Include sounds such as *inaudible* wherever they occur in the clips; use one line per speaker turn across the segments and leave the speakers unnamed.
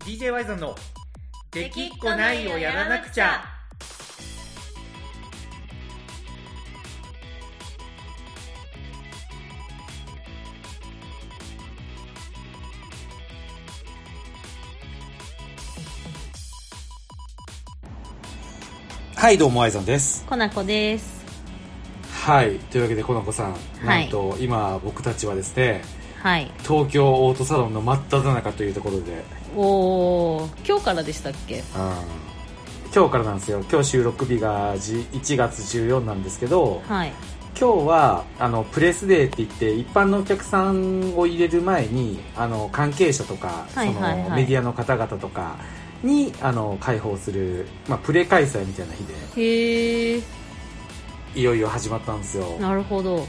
DJ ワイゾンの「できっこないをやらなくちゃ」
はい、どうも、アイさんです。
コナコです
はい、というわけで、このこさん、
はい
なんと、今、僕たちはですね、
はい
東京オートサロンの真っ只中というところで、
おお今日からでしたっけ
あー今日からなんですよ。今日収録日がじ1月14なんですけど、
はい
今日は、あの、プレスデーって言って、一般のお客さんを入れる前に、あの、関係者とか、
はいはい
そ
は
の、
い
メディアの方々とかに、あの、開放する、まあ、プレ開催みたいな日で、
へえ
いよいよ始まったんですよ。
なるほ
う
ど
ん。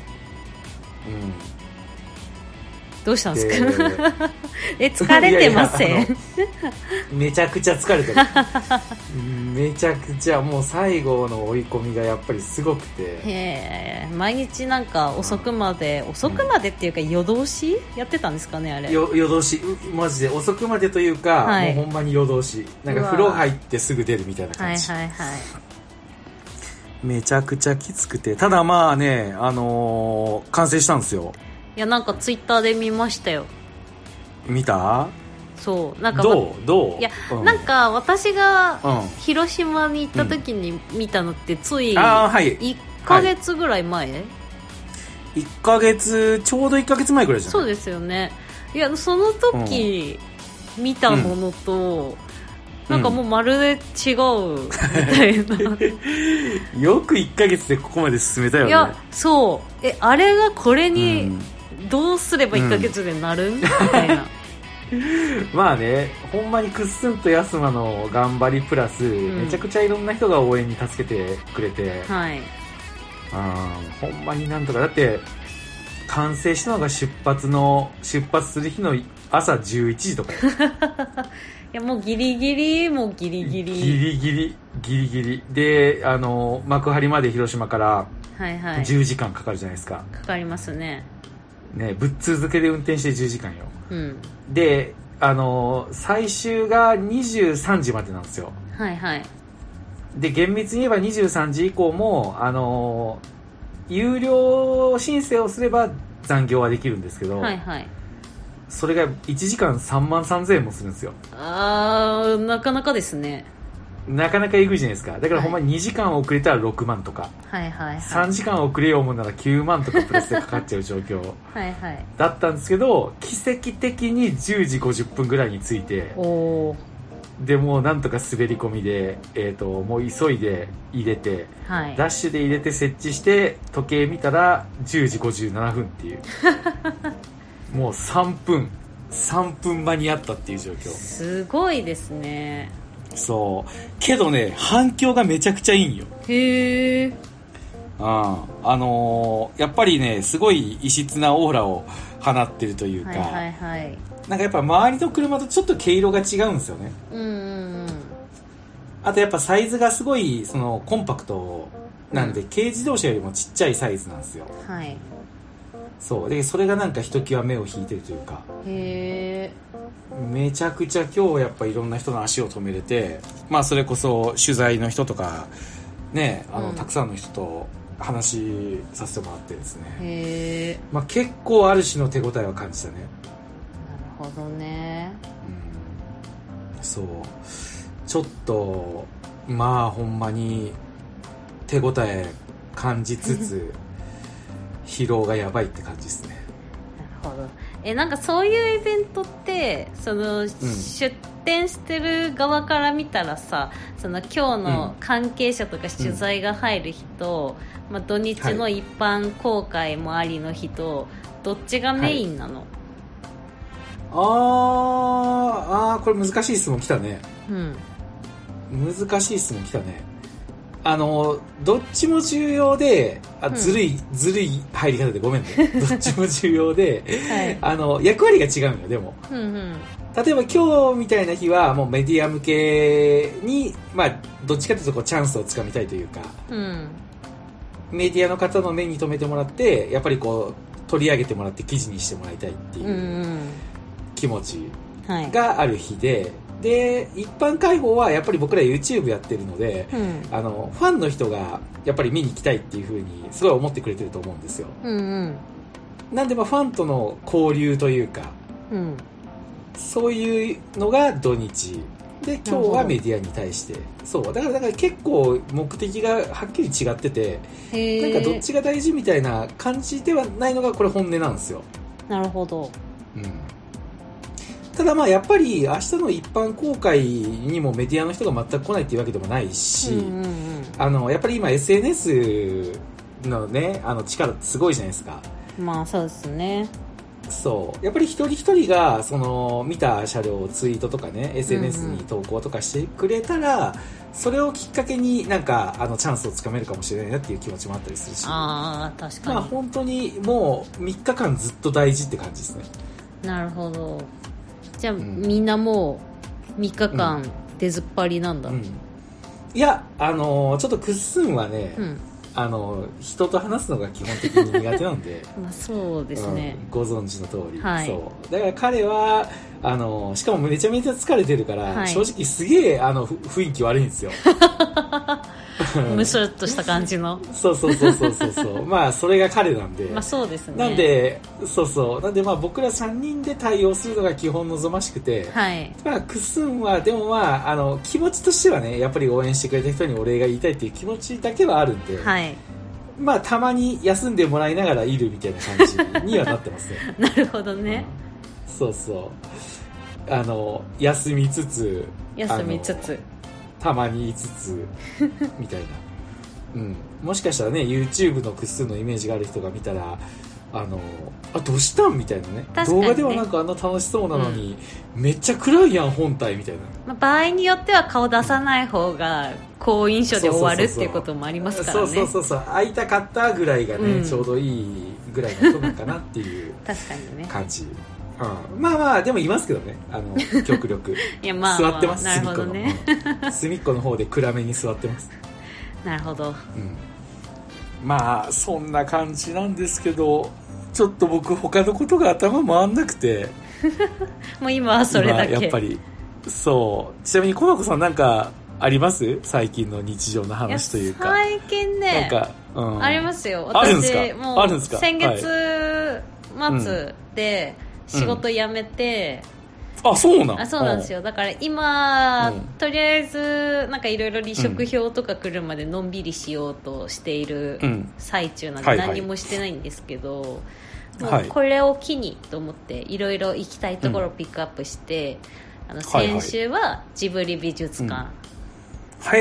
どうしたんです
で
か *laughs* え疲れてません
いやいやあのめちゃくちゃ疲
*laughs*
れてるめちゃくちゃもう最後の追い込みがやっぱりすごくて
へえ毎日なんか遅くまで、遅くまでっていうか夜通しやってたんですかねあれ
よ夜通しうマジで遅くまでというか、
はい
もうほんまに夜通しなんか
うわ
風呂入ってすぐ出るみたいな
は
感
い
じ、
はいはい
めちゃくちゃきつくてただまあねあのー完成したんですよ
いやなんかツイッターで見ましたよ
見た
そうなんかわ
どうどうい
いや、なんか私が
うん
広島に行った時に見たのってつい
ああ
1
はい
ヶ月ぐらい前、
1ヶ月ちょうど1ヶ月前ぐらいじゃん
そうですよねいやその時見たものと、
うん
なんかもうまるで違うみたい
*laughs*
な、
よく1ヶ月でここまで進めたよね
いやそうえあれがこれ
う
に
ん
どうすれば1ヶ月で
*laughs*
なる、みたいな
まあね、ほんまにくっすんとやすまの頑張りプラス、
ん
めちゃくちゃいろんな人が応援に助けてくれて、
はい *laughs*
あーほんまになんとか、だって、完成したのが出発の、出発する日の朝11時とかよ。
いやもうギリギリもうギリギリ
ギリギリ、ギリギリ。で、あの、幕張まで広島から
はいはい
10時間かかるじゃないですか。
かかりますね
ね、ぶっ続けで運転して10時間よ。
うん
で、あの、最終が23時までなんですよ。
はいはい
で厳密に言えば23時以降も、あのー有料申請をすれば残業はできるんですけど、
はいはい
それが1時間3万3000円もするんですよ
あーなかなかですね
なかなかえぐいじゃないですかだから
はい
ほんまに2時間遅れたら6万とか、
はいはいは
3時間遅れようもんなら9万とかプラスでかかっちゃう状況
いはいはい
だったんですけど奇跡的に10時50分ぐらいに着いて
おお
でもうなんとか滑り込みで、えー、ともう急いで入れて
ーはい
ダッシュで入れて設置して時計見たら10時57分って
*laughs*
いうもう3分3分間に合ったっていう状況
すごいですね
そうけどね反響がめちゃくちゃいいんよ
へえ
うんあのーやっぱりねすごい異質なオーラを放ってるというか、
はいはいはい
なんかやっぱ周りの車とちょっと毛色が違うんですよね
うんうんうん
あとやっぱサイズがすごいそのコンパクトなんで、軽自動車よりもちっちゃいサイズなんですよ
はい
そうでそれがなんかひときわ目を引いてるというか
へえ
めちゃくちゃ今日やっぱいろんな人の足を止めれて、まあ、それこそ取材の人とか、ね、あの
うん
たくさんの人と話させてもらってですね、
へえ
まあ、結構ある種の手応えは感じたね、
なるほどね
うん、そうちょっとまあほんまに手応え感じつつ疲労がやばいって感じですね
なるほどえなんかそういうイベントってその、出展してる側から見たらさその今日
うん
の関係者とか取材が入る人、まあ、土日の一般公開もありの人、どっちがメインなの、
あーあーこれ難しい質問来たね
うん
難しい質問来たねあのどっちも重要であ
うん
ずるい、ずるい入り方でごめんねどっちも重要で
はい
あの役割が違うんよでも
うんうん
例えば今日みたいな日はもうメディア向けに、まあ、どっちかというとこうチャンスをつかみたいというか
うん
メディアの方の目に留めてもらってやっぱりこう取り上げてもらって記事にしてもらいたいってい
うんう
う気持ち
んはい
がある日でで一般開放はやっぱり僕ら YouTube やってるので
うん
あのファンの人がやっぱり見に行きたいっていうふうにすごい思ってくれてると思うんですよ
うんうん
なんでまあファンとの交流というか
うん
そういうのが土日で今日はメディアに対してそうだからだから結構目的がはっきり違ってて
へ
なん
え
かどっちが大事みたいな感じではないのがこれ本音なんですよ、
なるほど
うん、ただまあやっぱり明日の一般公開にもメディアの人が全く来ないっていうわけでもないし、
うんうんうん
あのやっぱり今 SNS のねあの力ってすごいじゃないですか
まあそうですね
そうやっぱり一人一人がその見た車両をツイートとかね SNS に投稿とかしてくれたら、それをきっかけになんかあのチャンスをつかめるかもしれないなっていう気持ちもあったりするし
ああ確
まあ
か
本当にもう3日間ずっと大事って感じですね
になるほどじゃあ、
ん
みんなもう3日間出ずっぱりなんだ
うんいやあのちょっとクッスンはね、
うん、
あの人と話すのが基本的に苦手なんで
まあそうですね
うんご存知の通り、
はい
そうだから彼はあのしかもめちゃめちゃ疲れてるから、
はい
正直すげえあのふ雰囲気悪いんです
*laughs*
ようん
むしゅっとした感じ
*laughs*
の
そうそうそうそうそうそう *laughs* まあそれが彼なんで、
まあそうですね
なんでそうそうなんでまあ僕ら3人で対応するのが基本望ましくて、
はい
まあ、クスンはでもまああの気持ちとしてはねやっぱり応援してくれた人にお礼が言いたいっていう気持ちだけはあるんで、
はい
まあたまに休んでもらいながらいるみたいな感じにはなってますね
なるほどね
そうそうあの休みつつ
休みつつ
あのたまにいつ
*laughs*
つみたいな、うん、もしかしたらね YouTube の複数のイメージがある人が見たらあのあどうしたんみたいなね
確か
動
にね
画ではなんかあんな楽しそうなのに、めっちゃ暗いやん本体みたいな
まあ、場合によっては顔出さない方が好印象で終わるっていうこともありますから
そうそう
ね
そうそう会いたかったぐらいがね、
うん
ちょうどいいぐらいの人なんかなっていう
確かにね
感じ、うん、まあまあでもいますけどねあの極力
いやまあ、
座ってます、
なるほどね
隅っこの、う
*laughs*
ん隅っこの方で暗めに座ってます、
なるほど
うん、まあそんな感じなんですけどちょっと僕他のことが頭回んなくて
もう今はそれだけ
今やっぱりそうちなみにコナコさんなんかあります最近の日常の話という
や
か
最近
なん
ね
か、うん、
ありますよ
あるんすか
私も
あるん
う
すか
先月末で仕事辞めて、
あそうなん
あそうなんです
よ
よだから今、
うん
とりあえずなんかいろいろ離職票とか来るまでのんびりしようとしている
うん
最中なん
は
で
いはい
何もしてないんですけど、
は
も
いう
これを機にと思っていろいろ行きたいところをピックアップして、あの
はいはい
先週はジブリ美術館、
へ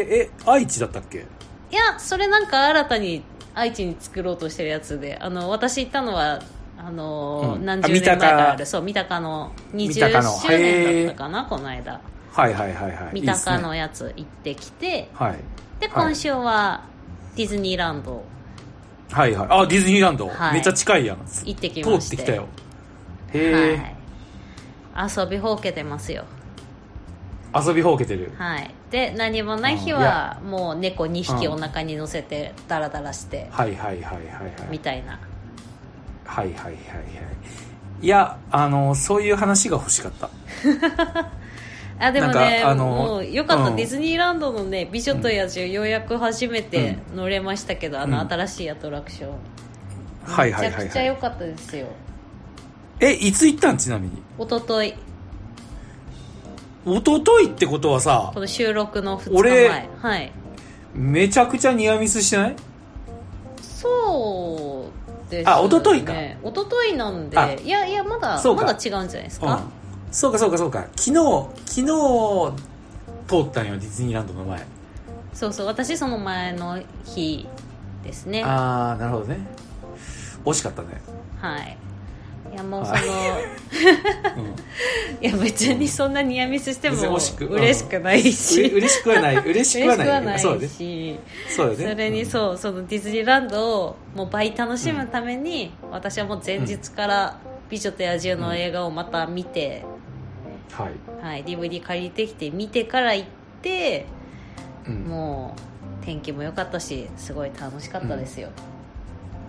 ええ愛知だったっけ
いやそれなんか新たに愛知に作ろうとしてるやつであの私行ったのはあのー
うん
何
あ
十年前から
三
ある
鷹
そう三鷹の20周
三鷹のへ
年
ー
だったかなこの間
はいはいはいはい
三
いいっす
鷹の
ね、
やつ行ってきて
はい
で
はい
今週はディズニーランド
はいはいあディズニーランド、
はい
めっちゃ近いやん
行ってき
通
ま
っ
してて
きたよ
は
へえ、
い遊びほうけてますよ
遊びほうけてる
はいで何もない日
うんい
はもう猫2匹
うん
お腹に乗せてダラダラして
はいはいはいはいはいはい
みたいな
はいはいはいはいいやあのそういう話が欲しかった
あでも
なん
ね
かあの
もうよかった、
うん
ディズニーランドのね「美女と野獣」ようやく初めて乗れましたけど、あ
うん
の新しいアトラクション、
はいはい
め
はい
ちゃくちゃ
は
良
い
かったですよ
えいつ行ったんちなみに
一昨日
一昨日ってことはさ
この収録の2
俺
日前はい
めちゃくちゃニアミスしてない
そうです、ね、
あ一昨日か
一昨日なん
あ
でいやいやまだ
そうか
まだ違うんじゃないです
うん
か、
そうかそうかそうか昨日昨日通ったんよディズニーランドの前
そうそう私その前の日ですねは
ああなるほどね惜しかったね、
いいやもうその、、
はいうん、
や別にそんなニアミスしても
別に惜しくうん
嬉しくないうし、
れ嬉しくはない嬉しくはない
し
そうだね
し
そうだ
そ
ね
れに
うん
そうそのディズニーランドをもう倍楽しむために、私はもう前日から「美女と野獣」の映画をまた見て、
はい、
はい、DVD 借りてきて見てから行って
うん、
もう天気も良かったしすごい楽しかったですよ、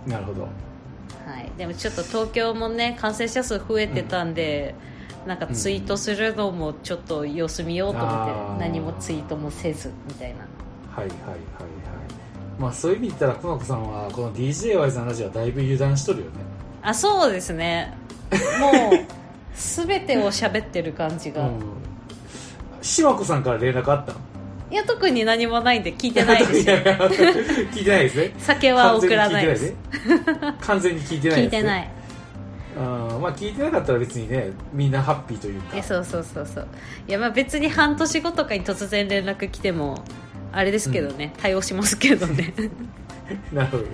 なるほど
はい、でもちょっと東京もね感染者数増えてたんで、なんかツイートするのもちょっと様子見ようと思って、
あー
何もツイートもせずみたいな
はいはいはいはいまあそういう意味で言ったらコナコさんはこの DJY さんラジオはだいぶ油断しとるよね
あそうですねもう全てを喋ってる感じ
う
が、
んしまこさんから連絡あったの
いや特に何もないんで聞いてないです
いや
よ
いや聞いてないですね
酒は送らないです
*laughs* 完全に聞いてない
聞
ね完全に聞い
いて
てないですね
ない
うんまあ聞いてなかったら別にねみんなハッピーというか
えそうそうそうそういやまあ別に半年後とかに突然連絡来てもあれですけどね、対応しますけどね
なるほどね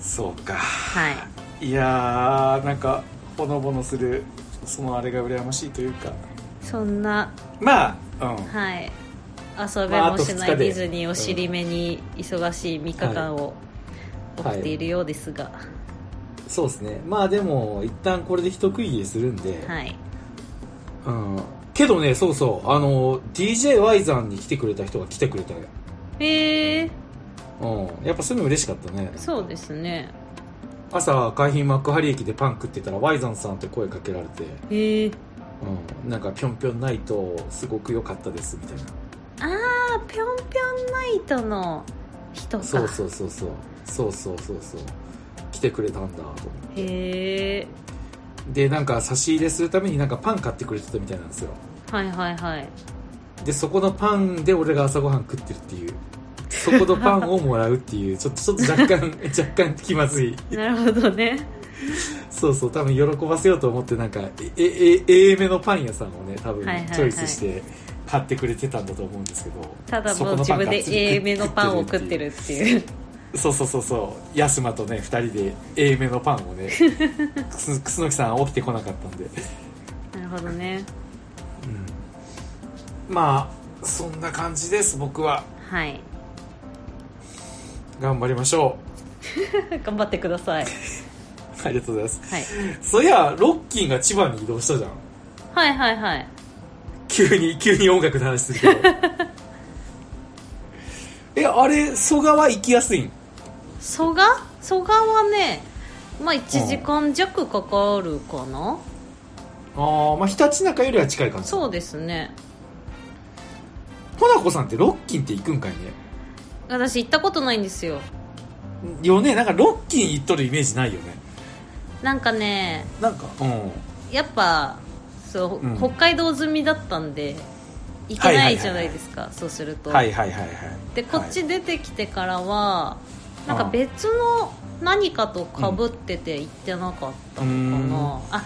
そうか
はい
いやーなんかほのぼのするそのあれが羨ましいというか
そんな
まあうん
はい遊べ
まああ
も
と
し
二
な
日で
いディズニーを尻目に忙しい3日間を送っているようですが
そうですねまあでも一旦これで一区切りするんで、
はい
うんけどねそうそうあの DJY さんに来てくれた人が来てくれたよ、
へえー、
うん、やっぱそういうの嬉しかったね
そうですね
朝海浜幕張駅でパン食ってたら Y さんさんって声かけられて、
へえー、
うん、なんか「ぴょんぴょんナイトすごく良かったです」みたいな
ああぴょんぴょんナイトの人か
そうそうそうそうそうそうそうそう来てくれたんだと思って
へえ
でなんか差し入れするためになんかパン買ってくれてたみたいなんですよ
はいはいはい
でそこのパンで俺が朝ごはん食ってるっていうそこのパンをもらうっていうちょっとちょっと若干 *laughs* 若干気まずい
なるほどね
*laughs* そうそう多分喜ばせようと思ってなんかえええ A めのパン屋さんをね多分
はいはいはい
チョイスして買ってくれてたんだと思うんですけど、
ただ
そ
も
こ
う
の
自
パン
分
が
で
ついて
A 目のパンを食ってるっ
*laughs*
ていう
そうそうそうそう安間とね2人で A めのパンを
*laughs*
ねくす楠木さん起きてこなかったんで
なるほどね
うんまあそんな感じです僕は
はい
頑張りましょ
頑張ってください、
うありがとうございます
はい、
そういやロッキンが千葉に移動したじゃん
はいはいはい
急に急に音楽の話す *laughs* るけどえあれ蘇我は行きやすいん
蘇我蘇我はねまあ1時間弱かかるかな、
ああまあひたちなかよりは近い感じ
そうですね
ほなこさんってロッキンって行くんかいね
私行ったことないんですよ
よねなんかロッキン行っとるイメージないよね
なんかね
なんかうん
やっぱそ
う
う、
ん
北海道済みだったんで行けないじゃないですか、そうすると、
はいはいはいはい
でこっ
は
ち
い
出てきてからは、なん
あ
か
あ
別の何かとかぶってて行ってなかったのかな、
う
あ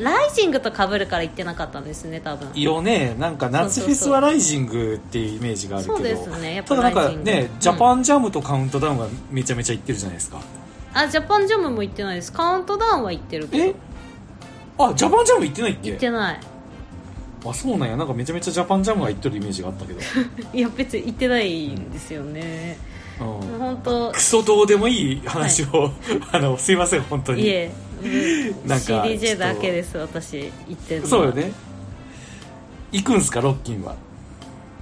ライジングとかぶるから行ってなかったんですね多分
よねなんか夏フェスはライジングっていうイメージがあるけど
そうですねやっぱ
ただなん
ラ
か
イジング
ね
うん
ジャパンジャムとカウントダウンがめちゃめちゃ行ってるじゃないですか、
あジャパンジャムも行ってないですカウントダウンは行ってるけ
え
ど
あジャパンジャム行ってないっけ
行ってない
あそうなんやなんかめちゃめちゃジャパンジャムが行ってるイメージがあったけど、
いや別に行ってないんですよね、
うん
もう本当
クソどうでもいい話を、 *laughs* あのすいません本当
い
に
えうん
なんか
CDJ だけです私行ってんの
そうよね行くんすかロッキンは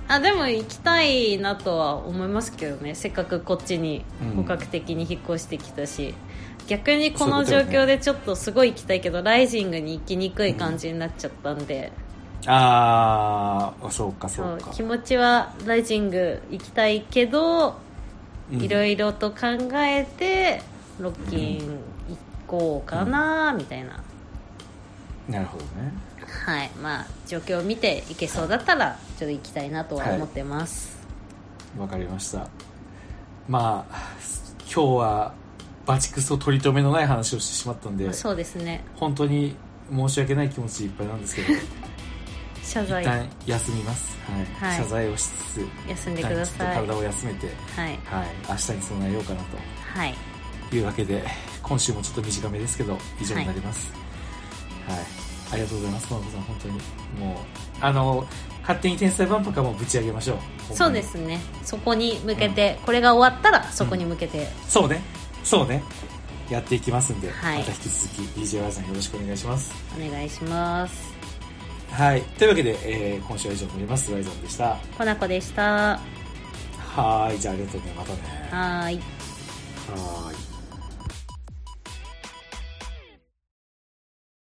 あでも行きたいなとは思いますけどねせっかくこっちに
うん
本格的に引っ越してきたし、逆にこの
そう
状
いうことよね
況でちょっとすごい行きたいけど、ライジングに行きにくい感じになっちゃったんで、
ああそうかそ
そうう
か
気持ちはライジング行きたいけど
うん
いろいろと考えてロッキン行こうかなみたいな、
なるほどね
はいまあ状況を見て行けそうだったらちょっと行きたいなとは思ってます、
わかりましたまあ今日はバチクソ取り留めのない話をしてしまったんで
まあそうですね
本当に申し訳ない気持ちでいっぱいなんですけど
謝
一
罪
旦休みます、はい
は
謝
い
罪をしつつ
休んでください
一旦ちょっと体を休めて、
はい
はい、明日に備えようかな
はい
というわけで今週もちょっと短めですけど以上になりますはい、ありがとうございますマコさん本当にもうあの勝手に天才万博はもうぶち上げましょうほん
そ
ま
う
に
ですねそこに向けて、これが終わったらそこに向けて、
そうねそうねやっていきますんで、
はい
また引き続き DJY さんよろしくお願いします
お願いします
はいというわけで、えー今週は以上になります Y さんでした
コナコでした
はーいじゃあありがとうねまたね
はーい
はーい